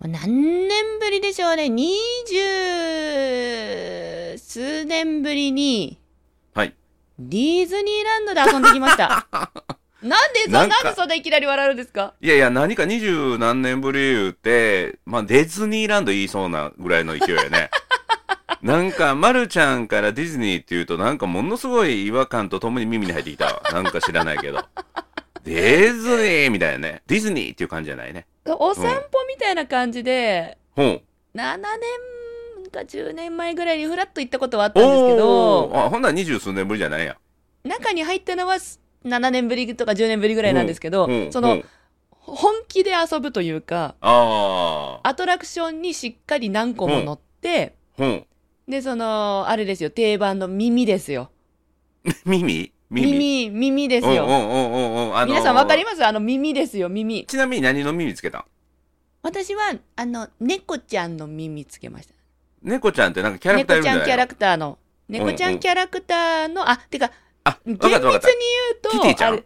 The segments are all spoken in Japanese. まあ何年ぶりでしょうね。二十数年ぶりにはい。ディズニーランドで遊んできま した。なんでそ、ななんんかでそんなにいきなり笑うんですかいやいや、何か二十何年ぶり言うて、まあ、ディズニーランド言いそうなぐらいの勢いや ね。なんか、まるちゃんからディズニーって言うと、なんかものすごい違和感とともに耳に入ってきたわ。なんか知らないけど。ディズニーみたいなね。ディズニーっていう感じじゃないね。お散歩みたいな感じで、ほう。 7年か10年前ぐらいにフラッと行ったことはあったんですけおど、ーあ、ほんなら二十数年ぶりじゃないや。中に入ったのは7年ぶりとか10年ぶりぐらいなんですけど、うんそ、うのん、本気で遊ぶというか、ああ、アトラクションにしっかり何個も乗って、ほう。で、その、あれですよ、定番の耳ですよ。耳耳耳、耳ですうんうよ。んうんうんうん。あのー皆さんわかりますあの耳ですよ、耳。ちなみに何の耳つけたん私は、あの、猫ちゃんの耳つけました。猫ちゃんってなんかキャラクターい猫ちるんじゃゃなんいのキャラクターの。猫ちゃうんうんんキャラクターの、あ、てか、あ、厳わ密にかったわかった。言キうティと、ちゃんあれ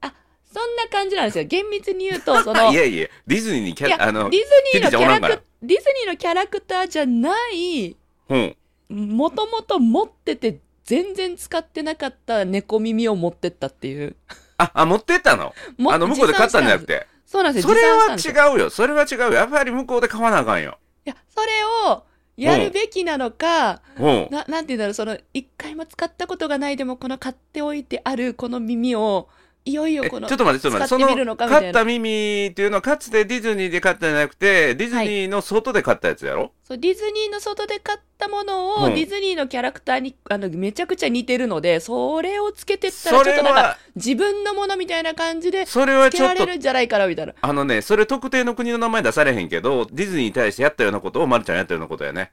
あ、そんな感じなんですよ。厳密に言うと、その、いディやいや、ディズニーにキャいやラ、あのズ、ニーのキャラキティちゃんおらんクか、ディズニーのキャラクターじゃない、うん。もともと持ってて全然持ってなかった猫耳を持ってったっていう。あ、あ、持ってったのもあの、向こうで買ったんじゃなく。て。持参したんですそそうれなはんですよ。持参したんですよ違うよ。それは違うよ。やっぱり向こうで買わなあかんよ。いや、それをやるべきなのか、うん。な、なんて言うんだろう、その、一回も使ったことがないでも、この買っておいてあるこの耳を、いよいよえちこょっの、と待って、ちょっと待使って。ってみるそのの、かみたいな買った耳っていうのは、かつてディズニーで買ったんじゃなくて、ディズニーの外で買ったやつやろそうディズニーの外で買ったものを、うんディズニーのキャラクターにあのめちゃくちゃ似てるのでそれをつけてったそらちょっれとなんかは、自分のものみたいな感じでつそれはけちょらっれとるんじゃないかなみたいなあのね、それ特定の国の名前出されへんけど、ディズニーに対してやったようなことをまるちゃんやったようなことやね。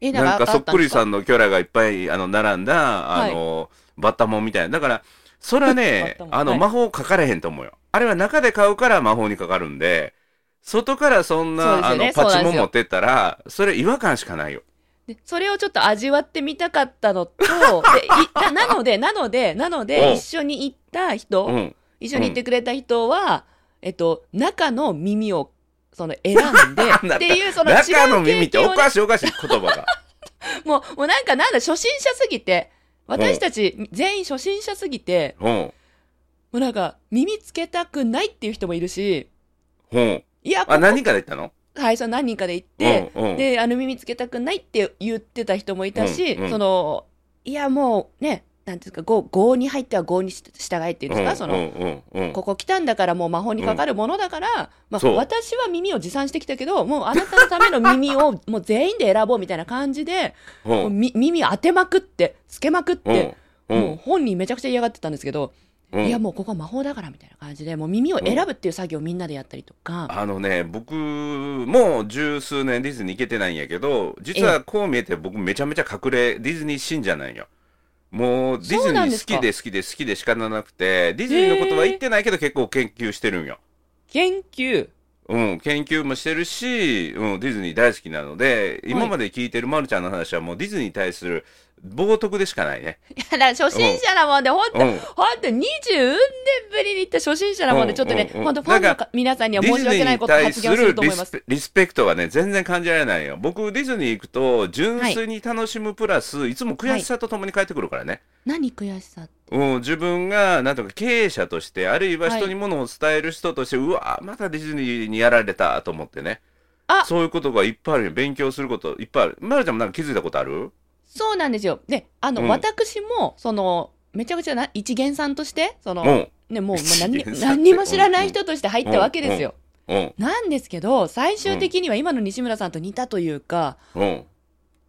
えなんかそっくりさんんのキャラがいっぱいあの並んだ、あの、バッタモンみたいな。だから、それはねバッタ、モンあの、はい魔法かかれへんと思うよ。あれは中で買うから魔法にかかるんで、外からそんな、そあうですよねの、パそうなんチでモすンよ持ってったら、それ違和感しかないよ。でそれをちょっと味わってみたかったのとでいな なのでなのでなのうでん一緒に行ったう人ん。一緒に行ってくれた人は、えっと中の耳をその選ん でたっていうその違う中の耳経って験おをねかしいおかしい言葉が。 もう、もうなんかなんだ、初心者すぎて、私たち全員初心者すぎて、うん。もうなんか、耳つけたくないっていう人もいるし、うん。いや、こあ、こ何から言ったのはい、その何人かで行って、うんうんで、あの耳つけたくないって言ってた人もいたし、うんうんその、いや、もうね、なんていうんですか、5、5に入っては5にし従えっていうんですか、その、うんうんうんうんここ来たんだからもう魔法にかかるものだから、まあ、そう私は耳を持参してきたけど、もうあなたのための耳をもう全員で選ぼうみたいな感じで、うもうんみ耳当てまくって、つけまくっうてん、うもうん本人めちゃくちゃ嫌がってたんですけど、うん。いやもうここは魔法だからみたいな感じでもう耳を選ぶっていう作業をみんなでやったりとか、あのね、僕も十数年ディズニー行けてないんやけど、実はこう見えて僕めちゃめちゃ隠れディズニー信者なんよ。もうディそうズニなんーですか好きで好きで好きで仕方なくて、ディズニーのことは言ってないけど結構研究してるんよ。研究うん、研究もしてるし、うん、ディズニー大好きなので、今まで聞いてるまるちゃんの話はもうディズニーに対する冒涜でしかないね。いやだから初心者なもんで、ほんと、うん。ほんと20年ぶりに行った初心者なもんで、ちょっとね、うんうんうんほんとファンなのんか皆さんにデはィ申ズし訳ニーないにこと対発す言をするるとリ思いまスす。ペリスペクトがね、全然感じられないよ。僕、ディズニー行くと、純粋に楽しむプラス、い、つも悔しさとともに帰ってくるからね。何悔しさって。うん、自分が、なんとか経営者として、あるいははい人にものを伝える人として、うわまたディズニーにやられたと思ってね。あそういうことがいっぱいあるよ。勉強することいっぱいある。まるちゃんもなんか気づいたことあるそうなんですよ。で、あの、うん私も、その、めちゃくちゃな一元さんとして、その、うん。ね、もう、まあ何に一元さんって何にも知らない人として入ったわけですよ。うん。なんですけど、最終的には今の西村さんと似たというか、うん。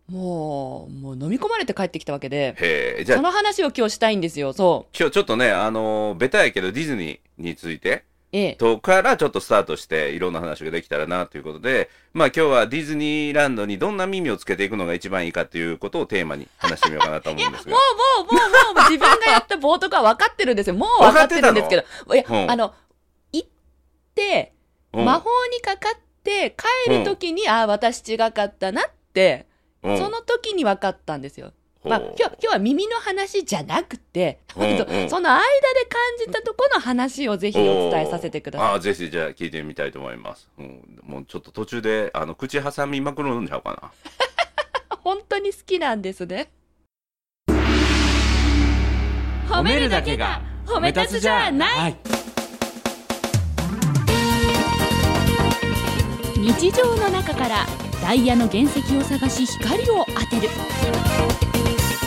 もう、もう飲み込まれて帰ってきたわけで、へえ。じゃあそ、の話を今日したいんですよ、そ今日ちょっとね、あのーベタやけど、ディズニーについて。う。ええ。とからちょっとスタートしていろんな話ができたらなということで、まあ今日はディズニーランドにどんな耳をつけていくのが一番いいかということをテーマに話してみようかなと思うんですも が。う、もう、もう、もう、自分がやった冒頭が分かってるんですよ。もう分かってるんですけど。いや、うんあの、行って、うん魔法にかかって、帰る時に、ああ、私違かったなって、うんその時に分かったんですよ。まあ、今日今日は耳の話じゃなくて、うんうん本当その間で感じたところの話をぜひお伝えさせてくださああー、ぜひじゃあ聞いてみたいと思います。うん、もうちょっと途中で、あの、口挟みまくるんちゃうかい。本当に好きなんですね。褒褒めるだけが褒め立つじゃない、日常の中からダイヤの原石を探し光を当てる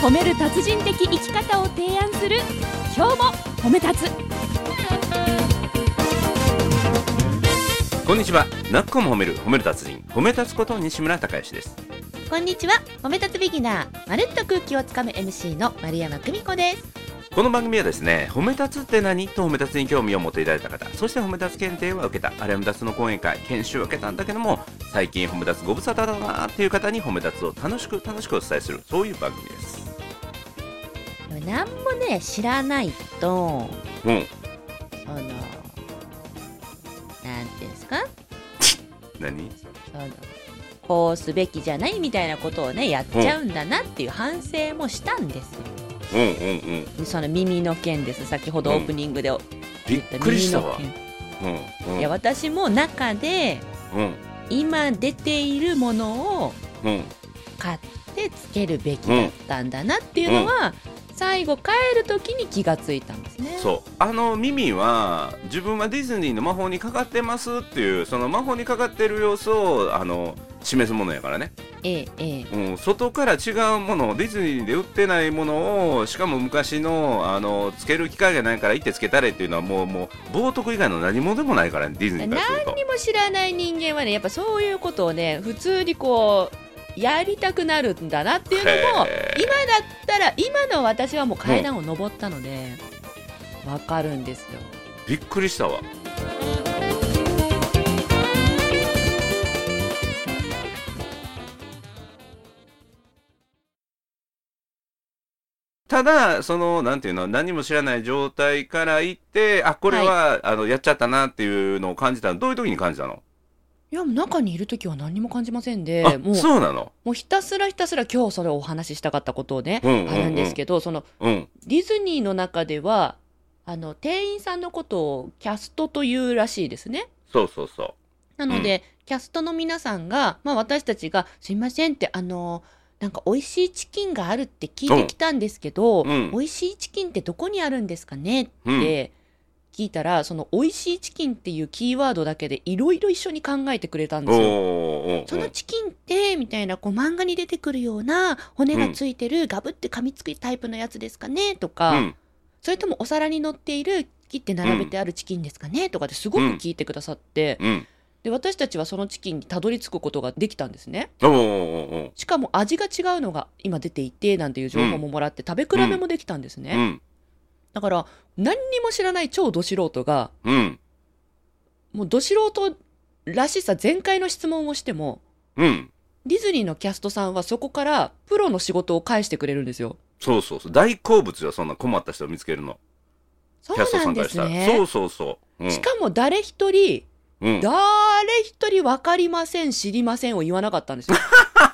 褒める達人的生き方を提案する今日も褒め立つな。こんにちは。なっこも褒める、褒める達人、褒め立つこと西村孝之です。こんにちは褒め立つビギナーまるっと空気をつかむ MC の丸山久美子ですこの番組はですね、褒め立つって何と褒め立つに興味を持っていただいた方、そして褒め立つ検定は受けた、あれは褒め立つの講演会、研修を受けたんだけども、最近褒め立つご無沙汰だなーっていう方に褒め立つを楽しく楽しくお伝えする、そういう番組です。でも何もね知らないとうん。そのなんていうんですか何そのこうすべきじゃないみたいなことをねやっちゃうんだなっていう反省もしたんですよ、うんうんうん。その耳の件です先ほどうんオープニングで言っびったくりした耳のわ。うんう件ん。いや私も中でうん今出ているものをうん。買ってつけるべきだったんだなっていうのは、最後帰る時に気がついたんですね。そうあの耳は自分はディズニーの魔法にかかってますっていうその魔法にかかってる様子をあの示すものやからね、ええええうん、外から違うものディズニーで売ってないものをしかも昔のあのつける機会がないから行ってつけたれっていうのはもうもう冒涜以外の何もでもないから、ね、ディズニーからすると何も知らない人間はねやっぱそういうことをね普通にこうやりたくなるんだなっていうのもへー今だったら今の私はもう階段を上ったのでわ、かるんですよ。びっくりしたわただそのなんていうの何も知らない状態から行ってあこれは、あのやっちゃったなっていうのを感じたのどういう時に感じたのいや、もう中にいるときは何も感じませんで、あもう、そうなのもうひたすらひたすら今日それをお話ししたかったことをね、うんうんうんあるんですけど、その、うんディズニーの中では、あの、店員さんのことをキャストというらしいですね。そうそうそうなので、キャストの皆さんが、まあ私たちが、すいませんって、あの、なんか美味しいチキンがあるって聞いてきたんですけど、うんうん美味しいチキンってどこにあるんですかねっうんて聞いたら、その美味しいチキンっていうキーワードだけでいろいろ一緒に考えてくれたんおですよ。ーおーそおのーチキンって、みたいな、こう漫画に出てくるような、骨がついてる、ガブって噛みつくタイプのやつですかねとか、うんそれともお皿に乗っている、切って並べてあるチキンですかねとかってすごく聞いてくださって、うんで私たちはそのチキンにたどり着くことができたんですねおーおーおーしかも味が違うのが今出ていてなんていう情報ももらって食べ比べもできたんですね、うんだから何にも知らない超ど素人がうんもうど素人らしさ全開の質問をしてもうんディズニーのキャストさんはそこからプロの仕事を返してくれるんですよそうそうそう大好物よそんな困った人を見つけるのそうキャストなさんんでからしすたら。ねそうそうそう。うんしかも誰一人、うん、誰一人分かりません、知りませんを言わなかったんです よ。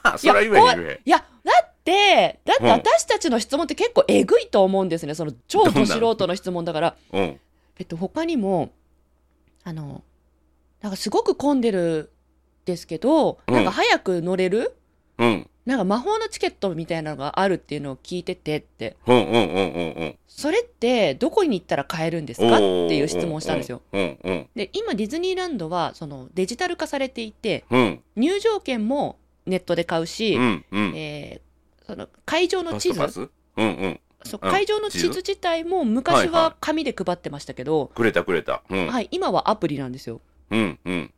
あそれは言え言え。いや、だって、だってうん私たちの質問って結構えぐいと思うんですね。その超どんなど素人の質問だから。うん。えっと、他にも、あの、なんかすごく混んでるですけど、うんなんか早く乗れるうん。なんか魔法のチケットみたいなのがあるっていうのを聞いててって、うんうんうんうんうん。それってどこに行ったら買えるんですかっていう質問をしたんですよ。。うんうんで、今ディズニーランドはそのデジタル化されていて、うん入場券もネットで買うし、うんうん。えーその会場のパ地ス図パスうんうん。そううん会場の地地図図自体もはい昔はいは紙で配ってましたけど、くれたくれた。うはいん今はアプリなんですよ。うんうん。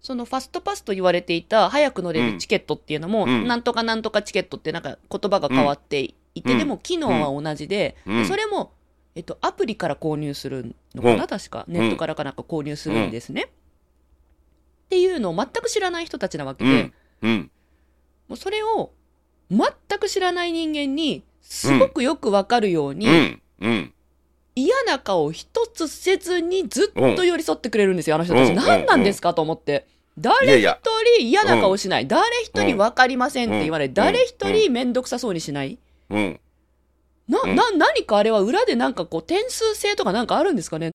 そのファストパスと言われていた早く乗れうんるチケットっていうのも、うんなんとかなんとかチケットってなんか言葉が変わっていて、うんでも機能は同じで、うんそれも、えっと、アプリから購入するのかな、うん確かネットからかなんか購入するんですね。っていうのを全く知らない人たちなわけうで、んうんもうそれを全く知らない人間にすごくよくわかるように、うんうん。嫌な顔一つせずにずっと寄り添ってくれるんですよ、あの人たうち。ん何なんですかと思って。誰一人嫌な顔しない誰一う人ん分かりませんって言わなういん誰一人面倒くさそうにしないうん。な、うんな、何かあれは裏でなんかこう点数制とかなんかあるんですかね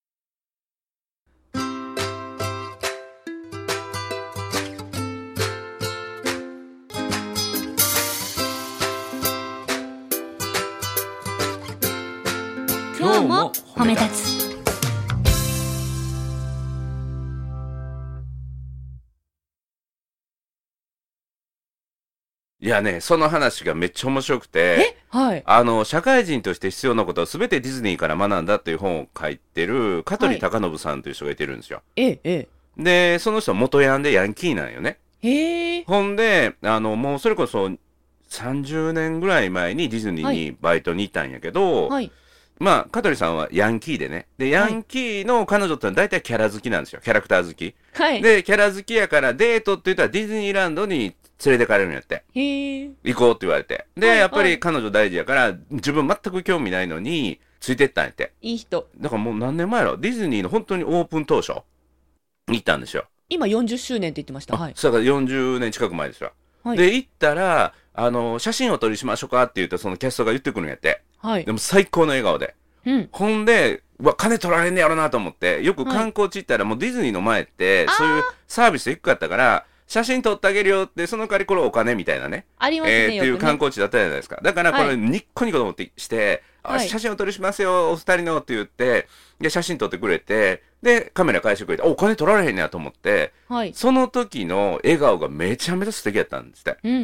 今日も褒め立ついやね、その話がめっちゃ面白くて、はい。あの、社会人として必要なことは全てディズニーから学んだっていう本を書いてる、香取隆信さんという人がいてるんですよ。ええ、えで、その人は元ヤンでヤンキーなんよね。え。へえ。ほんで、あの、もうそれこそ30年ぐらい前にディズニーにバイトに行ったんやけど、はい。まあ、香取さんはヤンキーでね。で、ヤンキーの彼女ってのは大体キャラ好きなんですよ。キャラクター好き。はい。で、キャラ好きやからデートって言ったらディズニーランドに連れてかれるんやって。へえ。行こうって言われて。で、はいやっぱり彼女大事やから、自分全く興味ないのに、ついてったんやって。いい人。だからもう何年前やろディズニーの本当にオープン当初、行ったんですよ。今40周年って言ってました。はい。そうだから40年近く前ですよ。はいで、行ったら、あの、写真を撮りしましょうかって言って、そのキャストが言ってくるんやって。はいで。も最高の笑顔で。うん。ほんで、うわ、金取られんねやろなと思って、よく観光地行ったら、もうディズニーの前って、そういうサービス行くかったから、写真撮ってあげるよって、その代わりこれお金みたいなね。ありますえーね、っていようく観ね。光地だったじゃないですか。だからこはれニッコニコと思ってして、あはい写真を撮りしますよ、お二人のって言って、で、写真撮ってくれて、で、カメラ返してくれて、あお金取られへんねやと思って、はい。その時の笑顔がめちゃめちゃ素敵やったんですって。うん、うん、う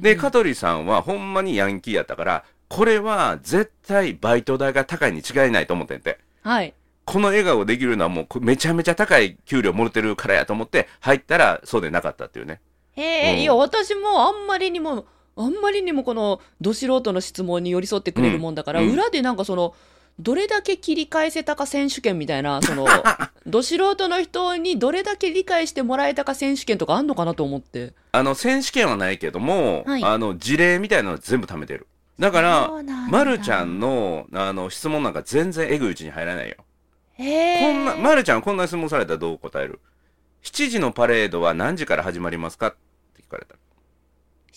ん。で、香取さんはほんまにヤンキーやったから、これは絶対バイト代が高いに違いないと思ってんて。はい。この笑顔できるのはもうこめちゃめちゃ高い給料もろてるからやと思って入ったらそうでなかったっていうね。へうんえ、いや、私もあんまりにも、あんまりにもこの、ど素人の質問に寄り添ってくれるもんだから、うんうん裏でなんかその、どれだけ切り返せたか選手権みたいな、そ の、ど素人の人にどれだけ理解してもらえたか選手権とかあんのかなと思って。あの、選手権はないけども、はいあの、事例みたいなのは全部貯めてる。だからそう、なんだまるちゃんの、あの、質問なんか全然えぐいうちに入らないよ。へこんな、まるちゃんこんな質問されたらどう答える ?7 時のパレードは何時から始まりますかって聞かれた。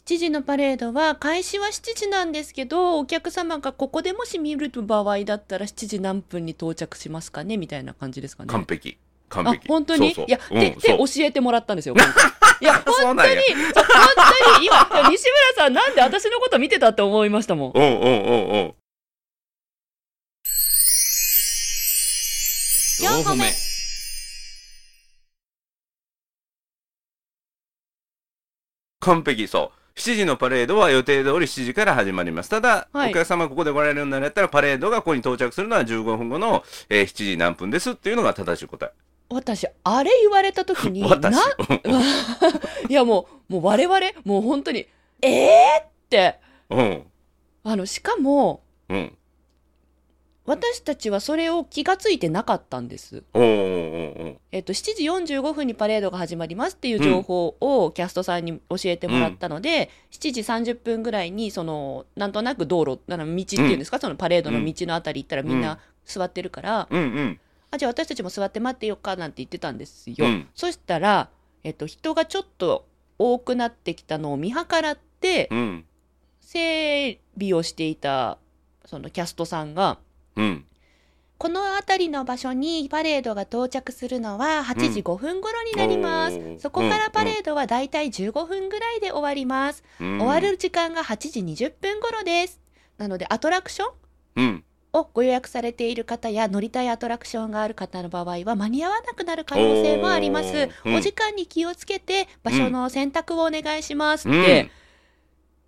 7時のパレードは開始は7時なんですけどお客様がここでもし見る場合だったら7時何分に到着しますかねみたいな感じですかね。完璧。完あ璧。本当にそうそういや、で、うでんそう教えてもらったん ですよ。今回いやそう本な当んにやそう本当に今いや西村さんなんで私のこと見てたって思いましたもん。うんうんうんうん。 4個目完璧そう7時のパレードは予定通り7時から始まりますただ、はいお客様がここで来られるようになるんだったらパレードがここに到着するのは15分後の、えー7時何分ですっていうのが正しい答え私あれ言われた時に 私な いやもうもう我々もう本当にえーってうんあのしかもうん私たちはそれを気がついてなかったんです。おーおーおーおえっと、7時45分にパレードが始まりますっていう情報をキャストさんに教えてもらったので、7時30分ぐらいにそのなんとなく道路あの道っていうんですか、そのパレードの道のあたり行ったらみんうんな座ってるから、ーうんうんあじゃあ私たちも座って待ってよっかなんて言ってたんですよ、うんそしたら、えっと、人がちょっと多くなってきたのを見計らってうん整備をしていたそのキャストさんがうんこの辺りの場所にパレードが到着するのは8時5分頃になります、おーそこからパレードはだいたい15分ぐらいで終わります、うん終わる時間が8時20分頃ですなのでアトラクションうんをご予約されている方や乗りたいアトラクションがある方の場合は間に合わなくなる可能性もありますおーうんお時間に気をつけて場所の選択をお願いしますうって、ん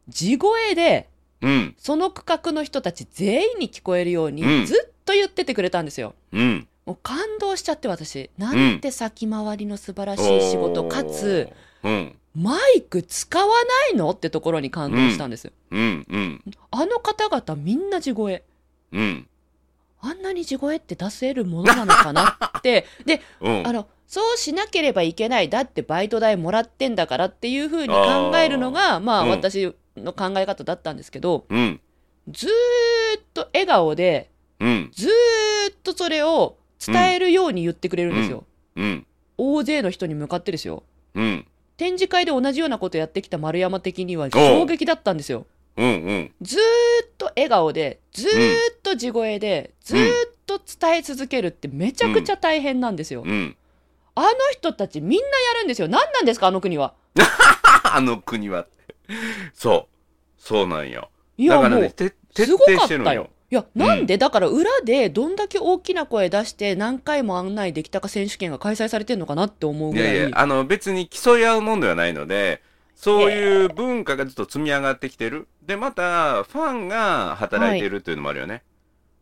地声でうんその区画の人たち全員に聞こえるよううんにずっと言っててくれたんですよ、うんもう感動しちゃって私なんて先回りの素晴らしい仕事、かつうんマイク使わないのってところに感動したんです、うんうんあの方々みんな地声うんあんなに地声って出せるものなのかなってでうんあのそうしなければいけないだってバイト代もらってんだからっていうふうに考えるのがまあうん私の考え方だったんですけど、うんずーっと笑顔でうんずーっとそれを伝えるように言ってくれるんですよ、うん大勢の人に向かってですようん。展示会で同じようなことやってきた丸山的には衝撃だったんですよ。うんうん。ずーっと笑顔で、ずーっと地声で、ずーっと伝え続けるってめちゃくちゃ大変なんですよ。うん。あの人たちみんなやるんですよ。何なんですか、あの国は。あの国は。そう。そうなんよ。いだや、からもね、う、て徹す底ごかしってるのたよよ。。いや、なんで、だから裏でどんだけ大きな声出して何回も案内できたか選手権が開催されてるのかなって思ういぐらい。やいや、あの別に競い合うもんではないので、そういう文化がずっと積み上がってきてる。で、また、ファンが働いてるっていうのもあるよね。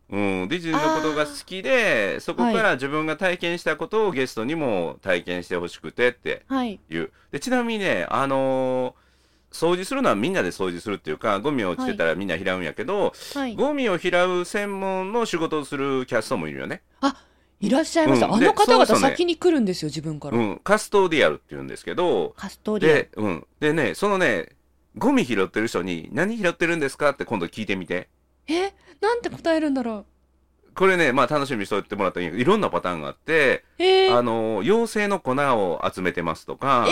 うん、ディズニーのことが好きで、そこから自分が体験したことをゲストにも体験してほしくてってはい。いう。で、ちなみにね、あのー掃除するのはみんなで掃除するっていうか、ゴミ落ちてたらみんな拾うんやけど、はい。ゴミを拾う専門の仕事をするキャストもいるよね。いらっしゃいました。うんあでの方そ々うそうね先に来るんですよ、自分から。うん、カストーディアルって言うんですけど、カストリア。で、うん。でね、そのね、ゴミ拾ってる人に、何拾ってるんですかって今度聞いてみて。え、なんて答えるんだろこれね、まあ楽しみにしとってもらったらいいんやけど、いろんなパターンがあって、う。えー、あの、妖精の粉を集めてますとか、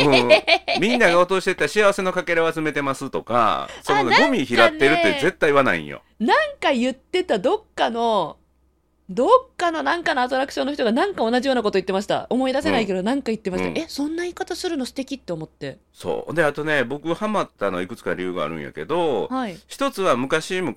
うん、みんなが落としてった幸せのかけらを集めてますとか、そのねゴミ拾ってるって絶対言わないんよ。なんか言ってたどっかの、どっかのなんかのアトラクションの人がなんか同じようなこと言ってました。思い出せないけどなんか言ってました。うんえ、そんな言い方するの素敵って思って。そう。で、あとね、僕ハマったのはいくつか理由があるんやけど、はい。一つは昔々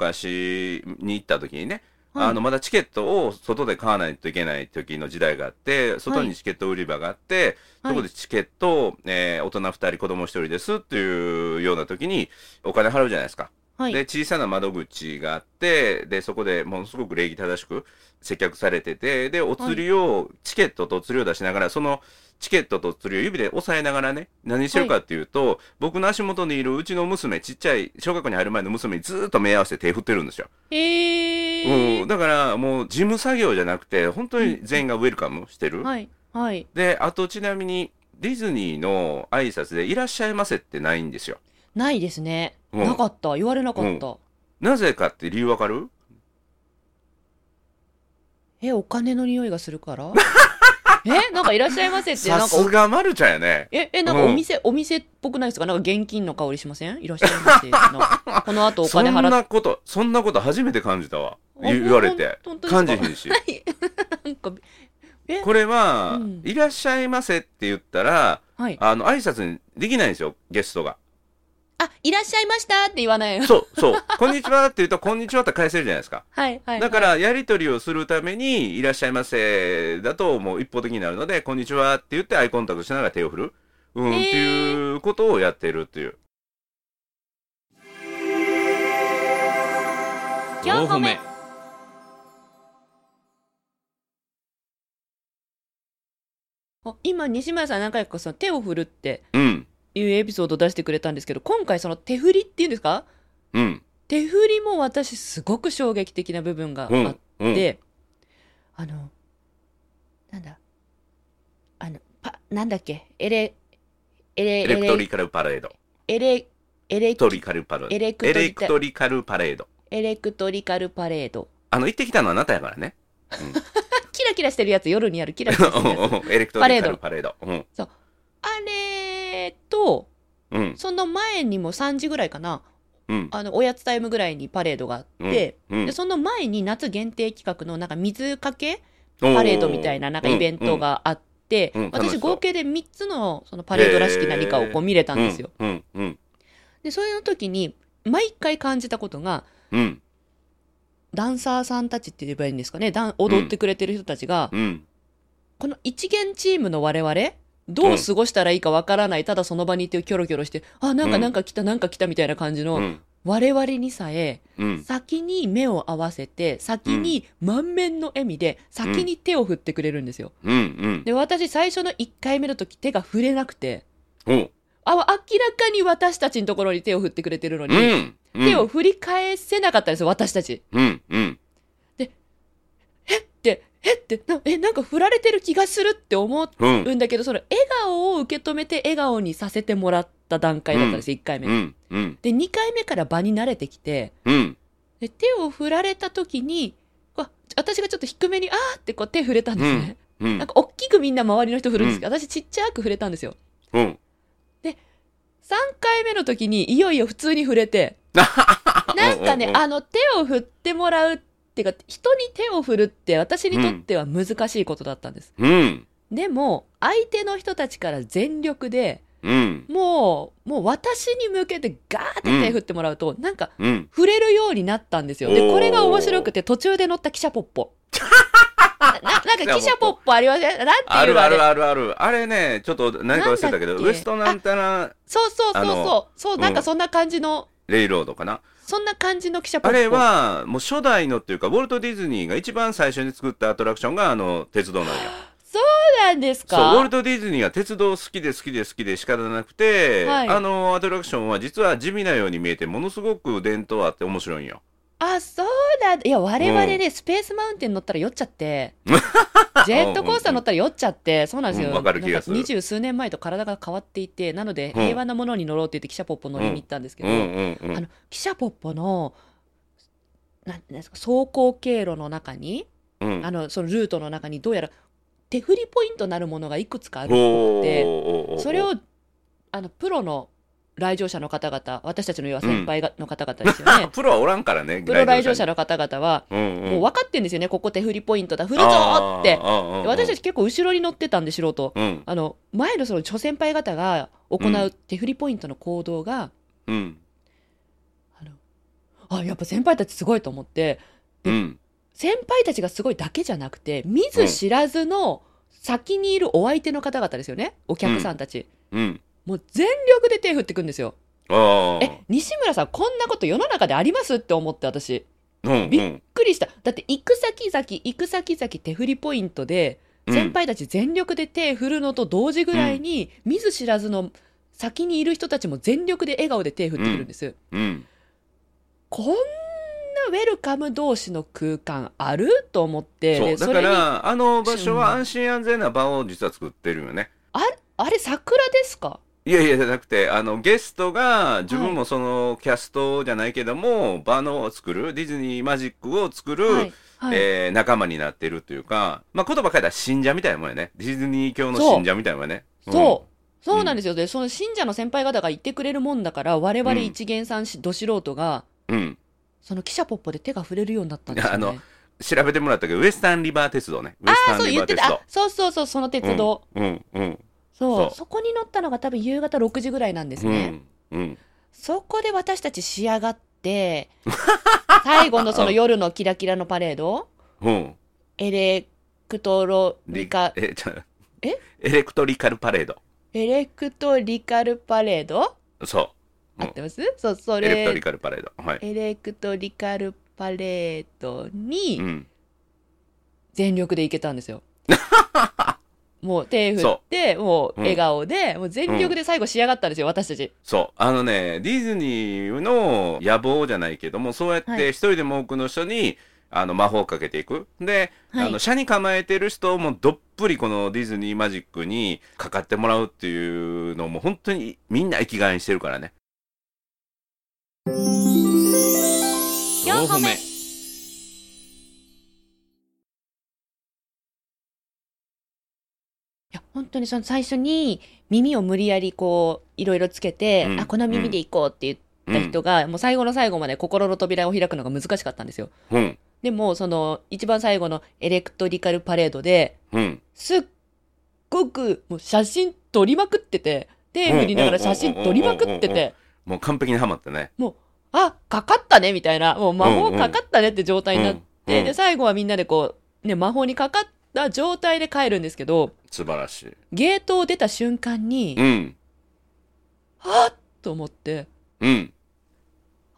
に行った時にね、はいあのまだチケットを外で買わないといけない時の時代があって外にチケット売り場があって、はいそこでチケットを、えー大人2人子供1人ですっていうような時にお金払うじゃないですか。はいで小さな窓口があってでそこでものすごく礼儀正しく接客されててでお釣りを、チケットとお釣りを出しながらそのチケットと釣りを指で押さえながらね、何してるかっていうと、僕の足元にいるうちの娘、ちっちゃい、小学校に入る前の娘にずーっと目合わせて手振ってるんですよ。えー。うん、だからもう事務作業じゃなくて、本当に全員がウェルカムしてる。はい。はい。で、あとちなみに、ディズニーの挨拶でいらっしゃいませってないんですよ。ないですね。うんなかった。言われなかった。なぜかって理由わかるえ、お金の匂いがするからえ、なんかいらっしゃいませって、さなんかすお、がまるちゃんやね。え、え、なんかお店、お店っぽくないですかなんか現金の香りしませんいらっしゃいませ。なんかこの後おそん金払っなこと、そんなこと初めて感じたわ。あ言言われてほん。本感当じですか ひんし。なんか、これは、うんいらっしゃいませって言ったら、はい。あの、挨拶にできないんですよ、ゲストが。あ、いらっしゃいましたって言わない。そう、そう。こんにちはって言うと、こんにちはって返せるじゃないですか。 はい、はい。だから、やりとりをするために、いらっしゃいませだと、もう一方的になるので、こんにちはって言って、アイコンタクトしながら手を振る。うん、へーっていうことをやってるっていう。 4歩目あ今、西村さん何回かその手を振るってうん、いうエピソードを出してくれたんですけど、今回その手振りっていうんですかうん、手振りも私すごく衝撃的な部分があっうて、ん、うん。あの、なんだ、あの、パ、なんだっけ、エレ、エレ、エエレクトリレ、カルパレード。エレ、エレエレク、トリカルパレード。エレクトエリカレクトリカルパレード。エレクトリカルパレード。あの、行ってきたのはあなたやからね。キラキラしてるやつ、夜にやるキラキラしてるやつ。 うんうんエレクトリカルパレード。うん、あれと、うん、その前にも3時ぐらいかな、うん、あの、おやつタイムぐらいにパレードがあって、うんで、。その前に夏限定企画のなんか水かけパレードみたいななんかイベントがあって、うんうんうん楽し私そう合計で3つのそのパレードらしき何かをこう見れたなんですよ。。うん、うん、で、それの時に、毎回感じたことが、うん、ダンサーさんたちって言えばいいんですかね、ダン踊ってくれてる人たちが、うん、この一元チームの我々、どう過ごしたらいいかわからない、ただその場にいてキョロキョロして、あ、なんうかんなんか来た、なんか来たみたいな感じうの、ん、我々にさえ、うん。先に目を合わせて、先に満面の笑みで、先に手を振ってくれるんですよ。うん、うん。で、私最初の1回目の時手が触れなくて、おあ、明らかに私たちのところに手を振ってくれてるのうに、ん。うん手を、振り返せなかったんですよ、私たち。うん、うん。えって、えって、なえ、なんか振られてる気がするって思うん、うんだけど、その笑顔を受け止めて笑顔にさせてもらった段階だったんですよ、1回目。うん、うん、で、2回目から場に慣れてきて、うん。で手を振られた時に、こう私がちょっと低めに、あーってこう手振れたんですね。ううんなんか大きくみんな周りの人振るんですけど、私ちっちゃく振れたんですよ。うん3回目の時にいよいよ普通に触れて、 なんかうんうんうね、んあの手を振ってもらうっていうか、人に手を振るって私にとっては難しいことだったんです。うんでも、相手の人たちから全力で、うんもう、もう私に向けてガーって手振ってもらうと、なんかうん触れるようになったんですよ。おで、ーこれが面白くて途中で乗った汽車ポッ ポ。なななんか汽車ポッポありませんなんてあいうるのああれるあるあるあれねちょっと何か忘れたけどなんだっウけエストなんたらそうそうそうそあのう。そう、なんかそんな感じの、レイロードかなそんな感じの汽車ポッあポ。れはもう初代のっていうかウォルト・ディズニーが一番最初に作ったアトラクションがあの鉄道なんやそうなんですかそうウォルト・ディズニーは鉄道好きで好きで好きで仕方なくて、はいあのアトラクションは実は地味なように見えてものすごく伝統あって面白いんよ。あ、そうだ。いや、我々ね、スペースマウンテン乗ったら酔っちゃ って、ジェットコースター乗ったら酔っちゃって、そうなんですよ。うんわかる気がするなん二十数年前と体が変わっていて、なので、うん平和なものに乗ろうって言って、汽車ポッポ乗りに行ったんですけうど、んうんうあの、ん汽車ポッポの、なんなんですか、走行経路の中に、うんあの、そのルートの中に、どうやら、手振りポイントなるものがいくつかあるっぽくて、おー。それを、あの、プロの来場者の方々、私たちの要は先輩が、の方々ですよね プロはおらんからねプロ来場者の、の方々は、うんうん、もう分かってんですよね、ここ手振りポイントだ、振るぞーって。あーで私たち、ち結構後ろに乗ってたんで、素人。うんあの、前のその、諸先輩方が行うう手振りポイントの行動が、うんあ、やっぱ先輩たちすごいと思って、うん、先輩たちがすごいだけじゃなくて、見ず知らずの先にいるお相手の方々ですよね、お客さんたち。うん、もう全力で手振ってくんですよ。ああ、え、西村さん、こんなこと世の中でありますって思って、私。うんびっくりした。だって、行く先々、行く先々手振りポイントで、うん、先輩たち全力で手振るのと同時ぐらいに、見ず知らずの先にいる人たちも全力で笑顔で手振ってくるんです。うん、こんなウェルカム同士の空間あると思って、そうでだかれに、らあの場所は安心安全な場を実は作ってるよね。あれ桜ですかいやいやじゃなくてあのゲストが自分もそのキャストじゃないけども、場のを作るディズニーマジックを作る、はい。はい。えー仲間になってるというか、まあ、言葉変えたら信者みたいなもんやねディズニー教の信者みたいなもんやね。そう。そうなんですよ。で、その信者の先輩方が言ってくれるもんだから、我々一元さんし、ど素人が、うん、うんその記者ポッポで手が触れるようになったんですよ、ね。あの調べてもらったけどウエスタンリバー鉄道ねウエスああ、タンそうリ言バーって鉄た。あ道、そうそうそう、その鉄道。うんうんそうそうそこに乗ったのが多分夕方6時ぐらいなんですうね、んうんそこで私たち仕上がって 最後のその夜のキラキラのパレードうんエレクトロリカえちょえエレクトリカルパレードエレクトリカルパレードそうん合ってます、そうそうれエレクトリカルパレードはい、エレクトリカルパレードうにん、全力で行けたん ですよもう手振ってもう笑顔で、もう全力で最後仕上がったんですよ私たちそう。あのね、ディズニーの野望じゃないけども、そうやっはてい一人でも多くの人に、あの、魔法をかけていく。で、はいあの、車に構えてる人もどっぷりこのディズニーマジックにかかってもらうっていうのも、本当にみんな生きがいにしてるからね。 4歩目いや本当にその最初に耳を無理やりこういろいろつけて、うんあこの耳で行こうって言うったん人。が、もう最後の最後まで心の扉を開くのが難しかったんですようん。でもその一番最後のエレクトリカルパレードでうん。すっごくもう写真撮りまくってて手振りながら写真撮りまくってうんうんうんうんうんてもう完璧にはまったね。あかかったねみたいなもう魔法かかったねって状態になって、うんうんで最後はみんなでこう、ね、魔法にかかった状態で帰るんですけど素晴らしい。ゲートを出た瞬間に、うん。あっと思って。うん。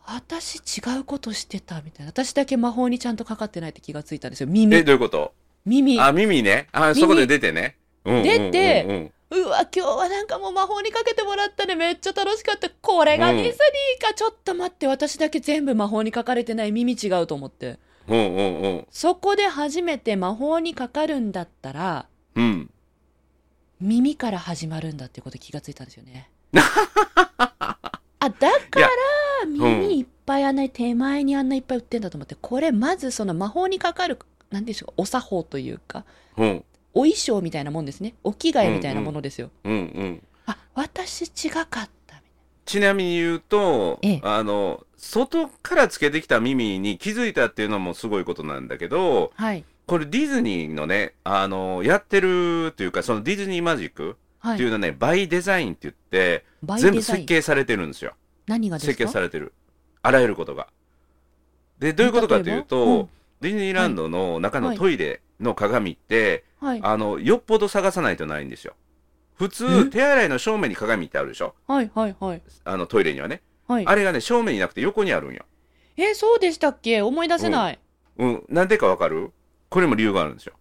私違うことしてたみたいな私だけ魔法にちゃんとかかってないって気がついたんですよ耳え、どういうこと耳うあ、わ耳ね。あ、そこで出てね。うん出てうんうん今日はなんかもう魔法にかけてもらったねめっちゃ楽しかったこれがうんディズニーか、ちょっと待って私だけ全部魔法にかかれてない耳違うと思ってうんうんうん。そこで初めて魔法にかかるんだったらうん。耳から始まるんだってこと気がついたんですよ ねあだいかやら耳いっぱいあんな手前にあんないっぱい売ってんだと思ってこれまずその魔法にかかる何でしょうお作法というかうん。お衣装みたいなもんですねお着替えみたいなものですよ、うんうん。あ私違かったみたいなちなみに言うと、ええあの、外からつけてきた耳に気づいたっていうのもすごいことなんだけど、はいこれディズニーのね、あの、やってるというか、そのディズニーマジックはっていうのはね、バイデザインって言って、バイ全デ部ザイ設ン計されてるんですよ。何がで設す計かされてる。あらゆることが。で、どういうことかというと、例えばうんディズニーランドの中のトイレの鏡って、はい あの、よっぽど探さないとないんですよ。普通、手洗いの正面に鏡ってあるでしょはいはいはいあの、トイレにはね。はいあれがね、正面になくて横にあるんよ。えーそうでしたっけ思い出せない、うん。なんでかわかるこれも理由があるんですよ。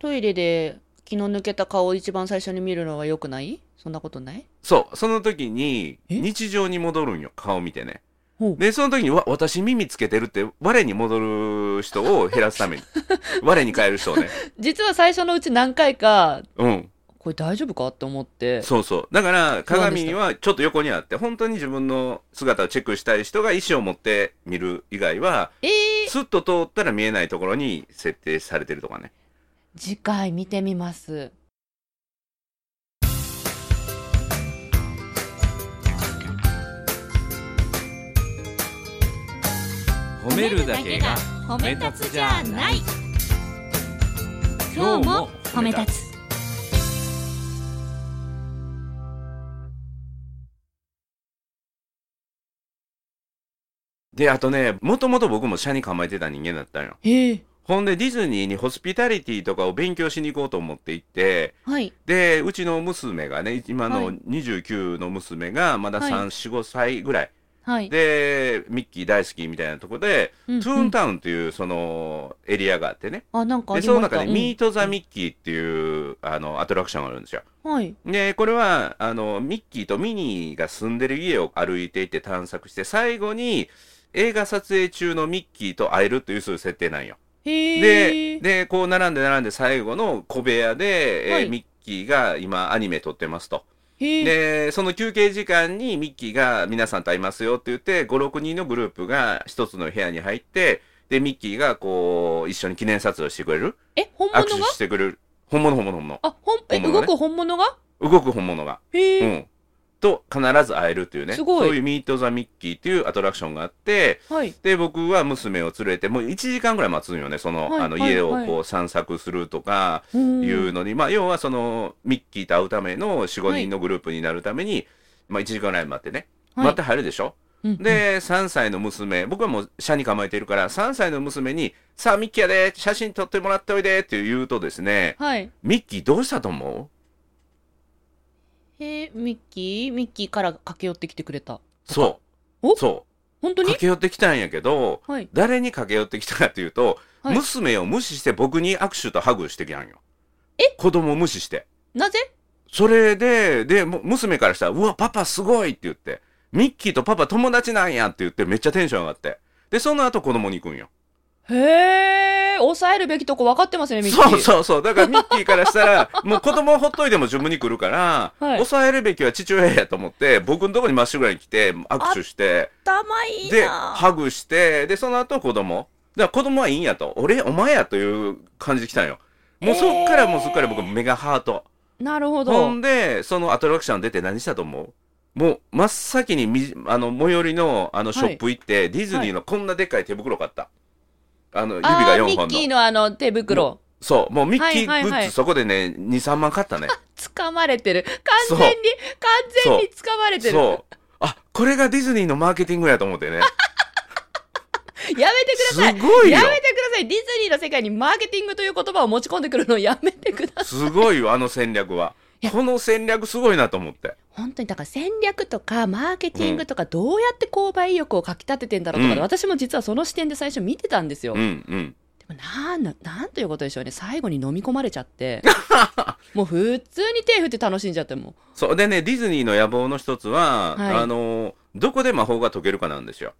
トイレで気の抜けた顔を一番最初に見るのは良くないそんなことないそう。その時に、え日常に戻るんよ。顔見てねほ。うで、その時に、わ、私耳つけてるって、我に戻る人を減らす ために。我に変える人をね。実は最初のうち何回かうん。これ大丈夫かって思ってそうそう。だから、鏡にはちょっと横にあって、本当に自分の姿をチェックしたい人が意思を持って見る以外は、えー、スッと通ったら見えないところに設定されてるとかね。次回見てみます褒めるだけが褒め立つじゃない今日も褒め立つで、あとね、もともと僕も社に構えてた人間だったんよ。へえほんで、ディズニーにホスピタリティとかを勉強しに行こうと思って行って、はいで、うちの娘がね、今はのい29の娘が、まだはい3、4、5歳ぐらい。はいで、ミッキー大好きみたいなとこで、うんトゥーンタウンっていう、その、エリアがあってね。あなんかあで、りそのました中で、うんミート・ザ・ミッキーっていう、あの、アトラクションがあるんですよ。はいで、これは、あの、ミッキーとミニーが住んでる家を歩いていって探索して、最後に、映画撮影中のミッキーと会えるというそういう設定なんよ。へで、えで、こう並んで並んで最後の小部屋で、えーはいミッキーが今アニメ撮ってますと。へえで、その休憩時間にミッキーが皆さんと会いますよって言って、5、6人のグループが一つの部屋に入って、で、ミッキーがこう、一緒に記念撮影をしてくれるえ本握物手がしてくれる。本物本物本あ本え本物動ねく本物が物。動く本物が。へうえ、ん。と、必ず会えるというね。すごいそういうミート・ザ・ミッキーっていうアトラクションがあって、はいで、僕は娘を連れて、もう1時間ぐらい待つんよね。その、はいあの、はい家をはいこう散策するとか、ういんうのに、まあ、要はその、ミッキーと会うための4、5人のグループになるために、まあ、1時間ぐらい待ってね。はい待って入るでしょ、うんで、3歳の娘、僕はもう、車に構えているから、3歳の娘に、さあ、ミッキーやで、写真撮ってもらっておいで、って言うとですね、はいミッキーどうしたと思へえミッキーミッキーから駆け寄ってきてくれたうそおう。そう。本当に駆け寄ってきたんやけど、はい誰に駆け寄ってきたかっていうと、はい娘を無視して僕に握手とハグしてきたんよ。子供を無視して。なぜそれで、で、む娘からしたら、うわ、パパすごいって言って、ミッキーとパパ友達なんやって言ってめっちゃテンション上がって。で、その後子供に行くんよ。へえ抑えるべきとこ分かってますねミッキーそうそうそう。だからミッキーからしたら、 もう子供をほっといても自分に来るから、はい抑えるべきは父親やと思って、僕のとこにまっしぐらいに来て、握手して、頭いいで、なハグして、で、その後子供。だから子供はいいんやと。俺、お前やという感じで来たんよ。もうそっからもうすっから僕メガハート。なるほほどんで、そのアトラクション出て何したと思うもう、真っ先にみ、あの、最寄りの、あの、ショップ行って、ディズニーのこんなでっかい手袋買った。あの、指があー4ミ本ッキーの。のあの手袋そう、もうミッキーグはいはいはッいズ、そこでね、2、3万買っ たね。掴まれてる完全に完全に掴まれてるそう。あ、これがディズニーのマーケティングやと思ってね。やめてすくださいごいや。よめてくださいディズニーの世界にマーケティングという言葉を持ち込んでくるのをやめてくださいすごいよ、あの戦略は。この戦略すごいなと思って。本当にだから戦略とかマーケティングとかどうやって購買意欲をかき立ててんだろうとか、うん私も実はその視点で最初見てたんですよ、うん、うん。でもなんななんということでしょうね最後に飲み込まれちゃって もう普通に手振って楽しんじゃってもそうでね、ディズニーの野望の一つは、はいあの、どこで魔法が解けるかなんですよ。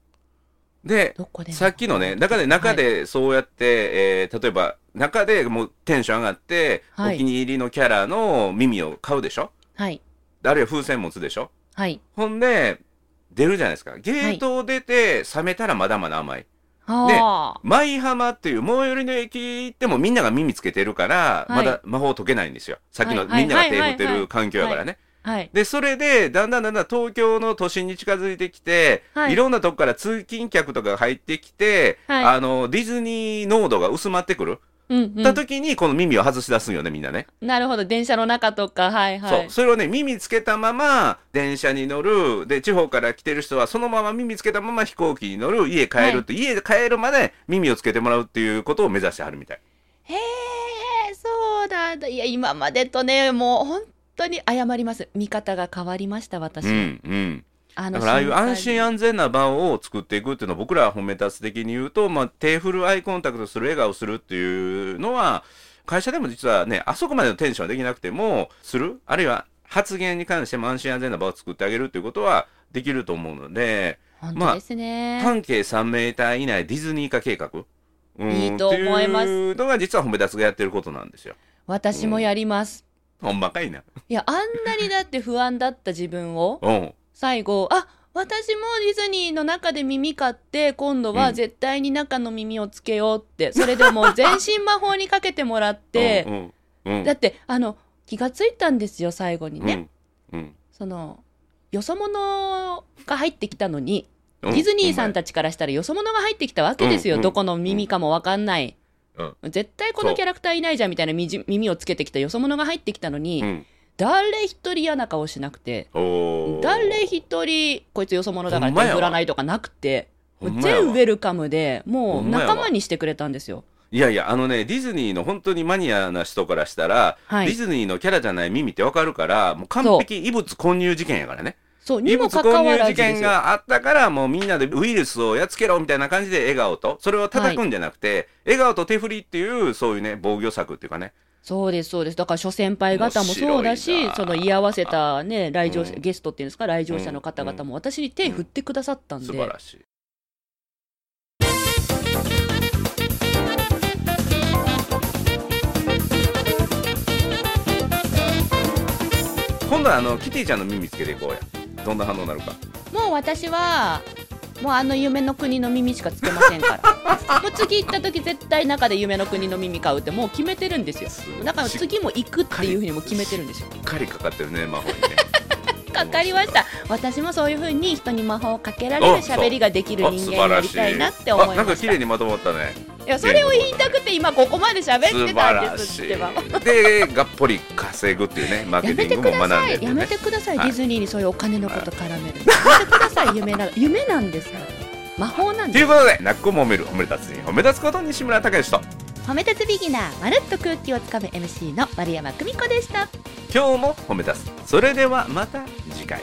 で、どこでもさっきのね、中で、中でそうやって、えー例えば、中でもうテンション上がって、はいお気に入りのキャラの耳を買うでしょはいあるいは風船持つでしょはいほんで、出るじゃないですか。ゲートを出て、冷めたらまだまだ甘い。はあ。舞浜っていう最寄りの駅行ってもみんなが耳つけてるから、はいまだ魔法解けないんですよ。さっきのはいみんなが手振ってる環境やからね。はい。で、それで、だんだんだんだん東京の都心に近づいてきて、はいい、ろんなとこから通勤客とかが入ってきて、はいあの、ディズニー濃度が薄まってくる。うん、うたん。時に、この耳を外し出すんよね、みんなね。なるほど。電車の中とか、はいはそ。。いうそれをね、耳つけたまま、電車に乗る。で、地方から来てる人は、そのまま耳つけたまま飛行機に乗る。家帰るって、家帰るまで耳をつけてもらうっていうことを目指してはるみたい。へえ、そうなんだ。いや、今までとね、もう本当に謝ります。見方が変わりました、私。うん、うん。あだのからああいう心配安心安全な場を作っていくっていうのは僕らは褒め立つ的に言うと、まあ、手振るアイコンタクトする笑顔するっていうのは会社でも実はねあそこまでのテンションはできなくてもするあるいは発言に関しても安心安全な場を作ってあげるっていうことはできると思うので本ま当あですね。半径3メーター以内ディズニー化計画うんいいと思いますっていうのが実は褒め立つがやってることなんですよ。私もやります。ほんまかいな。いや、あんなにだって不安だった自分を、うん最後、あ私もディズニーの中で耳買って、今度うはん絶対に中の耳をつけようって、それで もう全身魔法にかけてもらって、うんうんうんだって、あの、気がついたんですよ、最後にね。うんうんその、よそ者が入ってきたのに、うんディズニーさんたちからしたらよそ者が入ってきたわけですよ。うんどこの耳かもわかんない。うん絶対このキャラクターいないじゃんみたいなみじ耳をつけてきたよそ者が入ってきたのに、うん誰一人嫌な顔しなくて、おー誰一人こいつよそ者だからほんまや手わ振らないとかなくて、ほんまやわ全ウェルカムでもほうんまやわ仲間にしてくれたんですよ。いやいや、あのね、ディズニーの本当にマニアな人からしたら、はいディズニーのキャラじゃない耳ってわかるから、もう完璧異物混入事件やからね。そう、に異も物かか混わ入ら事ずで件すよ。があったから、もうみんなでウイルスをやっつけろみたいな感じで笑顔と、それを叩くんじゃなくて、笑顔と手振りっていう、そういうね、防御策っていうかね。そうです、そうです。だから諸先輩方もそうだ面白いしな、その居合わせたね、来場者、うんゲストっていうんですか、来場者の方々も私に手振ってくださったんで、素晴らしい。今度はあのキティちゃんの耳つけていこうや。どんな反応になるか。もう私は、もうあの夢の国の耳しかつけませんから。 もう次行った時絶対中で夢の国の耳買うってもう決めてるんですよ。だから次も行くっていうふうにも決めてるんですよ。しっかりかかってるね、魔法にね。 かかりました。私もそういうふうに人に魔法をかけられる喋りができるあ人素間晴にならりしい。たいなって思いまあしなた。んか綺麗にまとまったね。いや、それを言いたくて今ここまで喋っ素て晴たんらですしっいてば。。で、がっぽり稼ぐっていうね、マーやケテめィてンくグもだ学さんでるんい、でやねめ。てください、はいディズニーにそういうお金のこと絡めるの。やめてください、夢な、夢なんですから。魔法なんとでいす。うことで、なっこも褒める、褒め立つに褒め立つこと西村隆之と、褒め立つビギナーまるっと空気をつかむ MC の丸山久美子でした今日も褒め立つ。それではまた次回。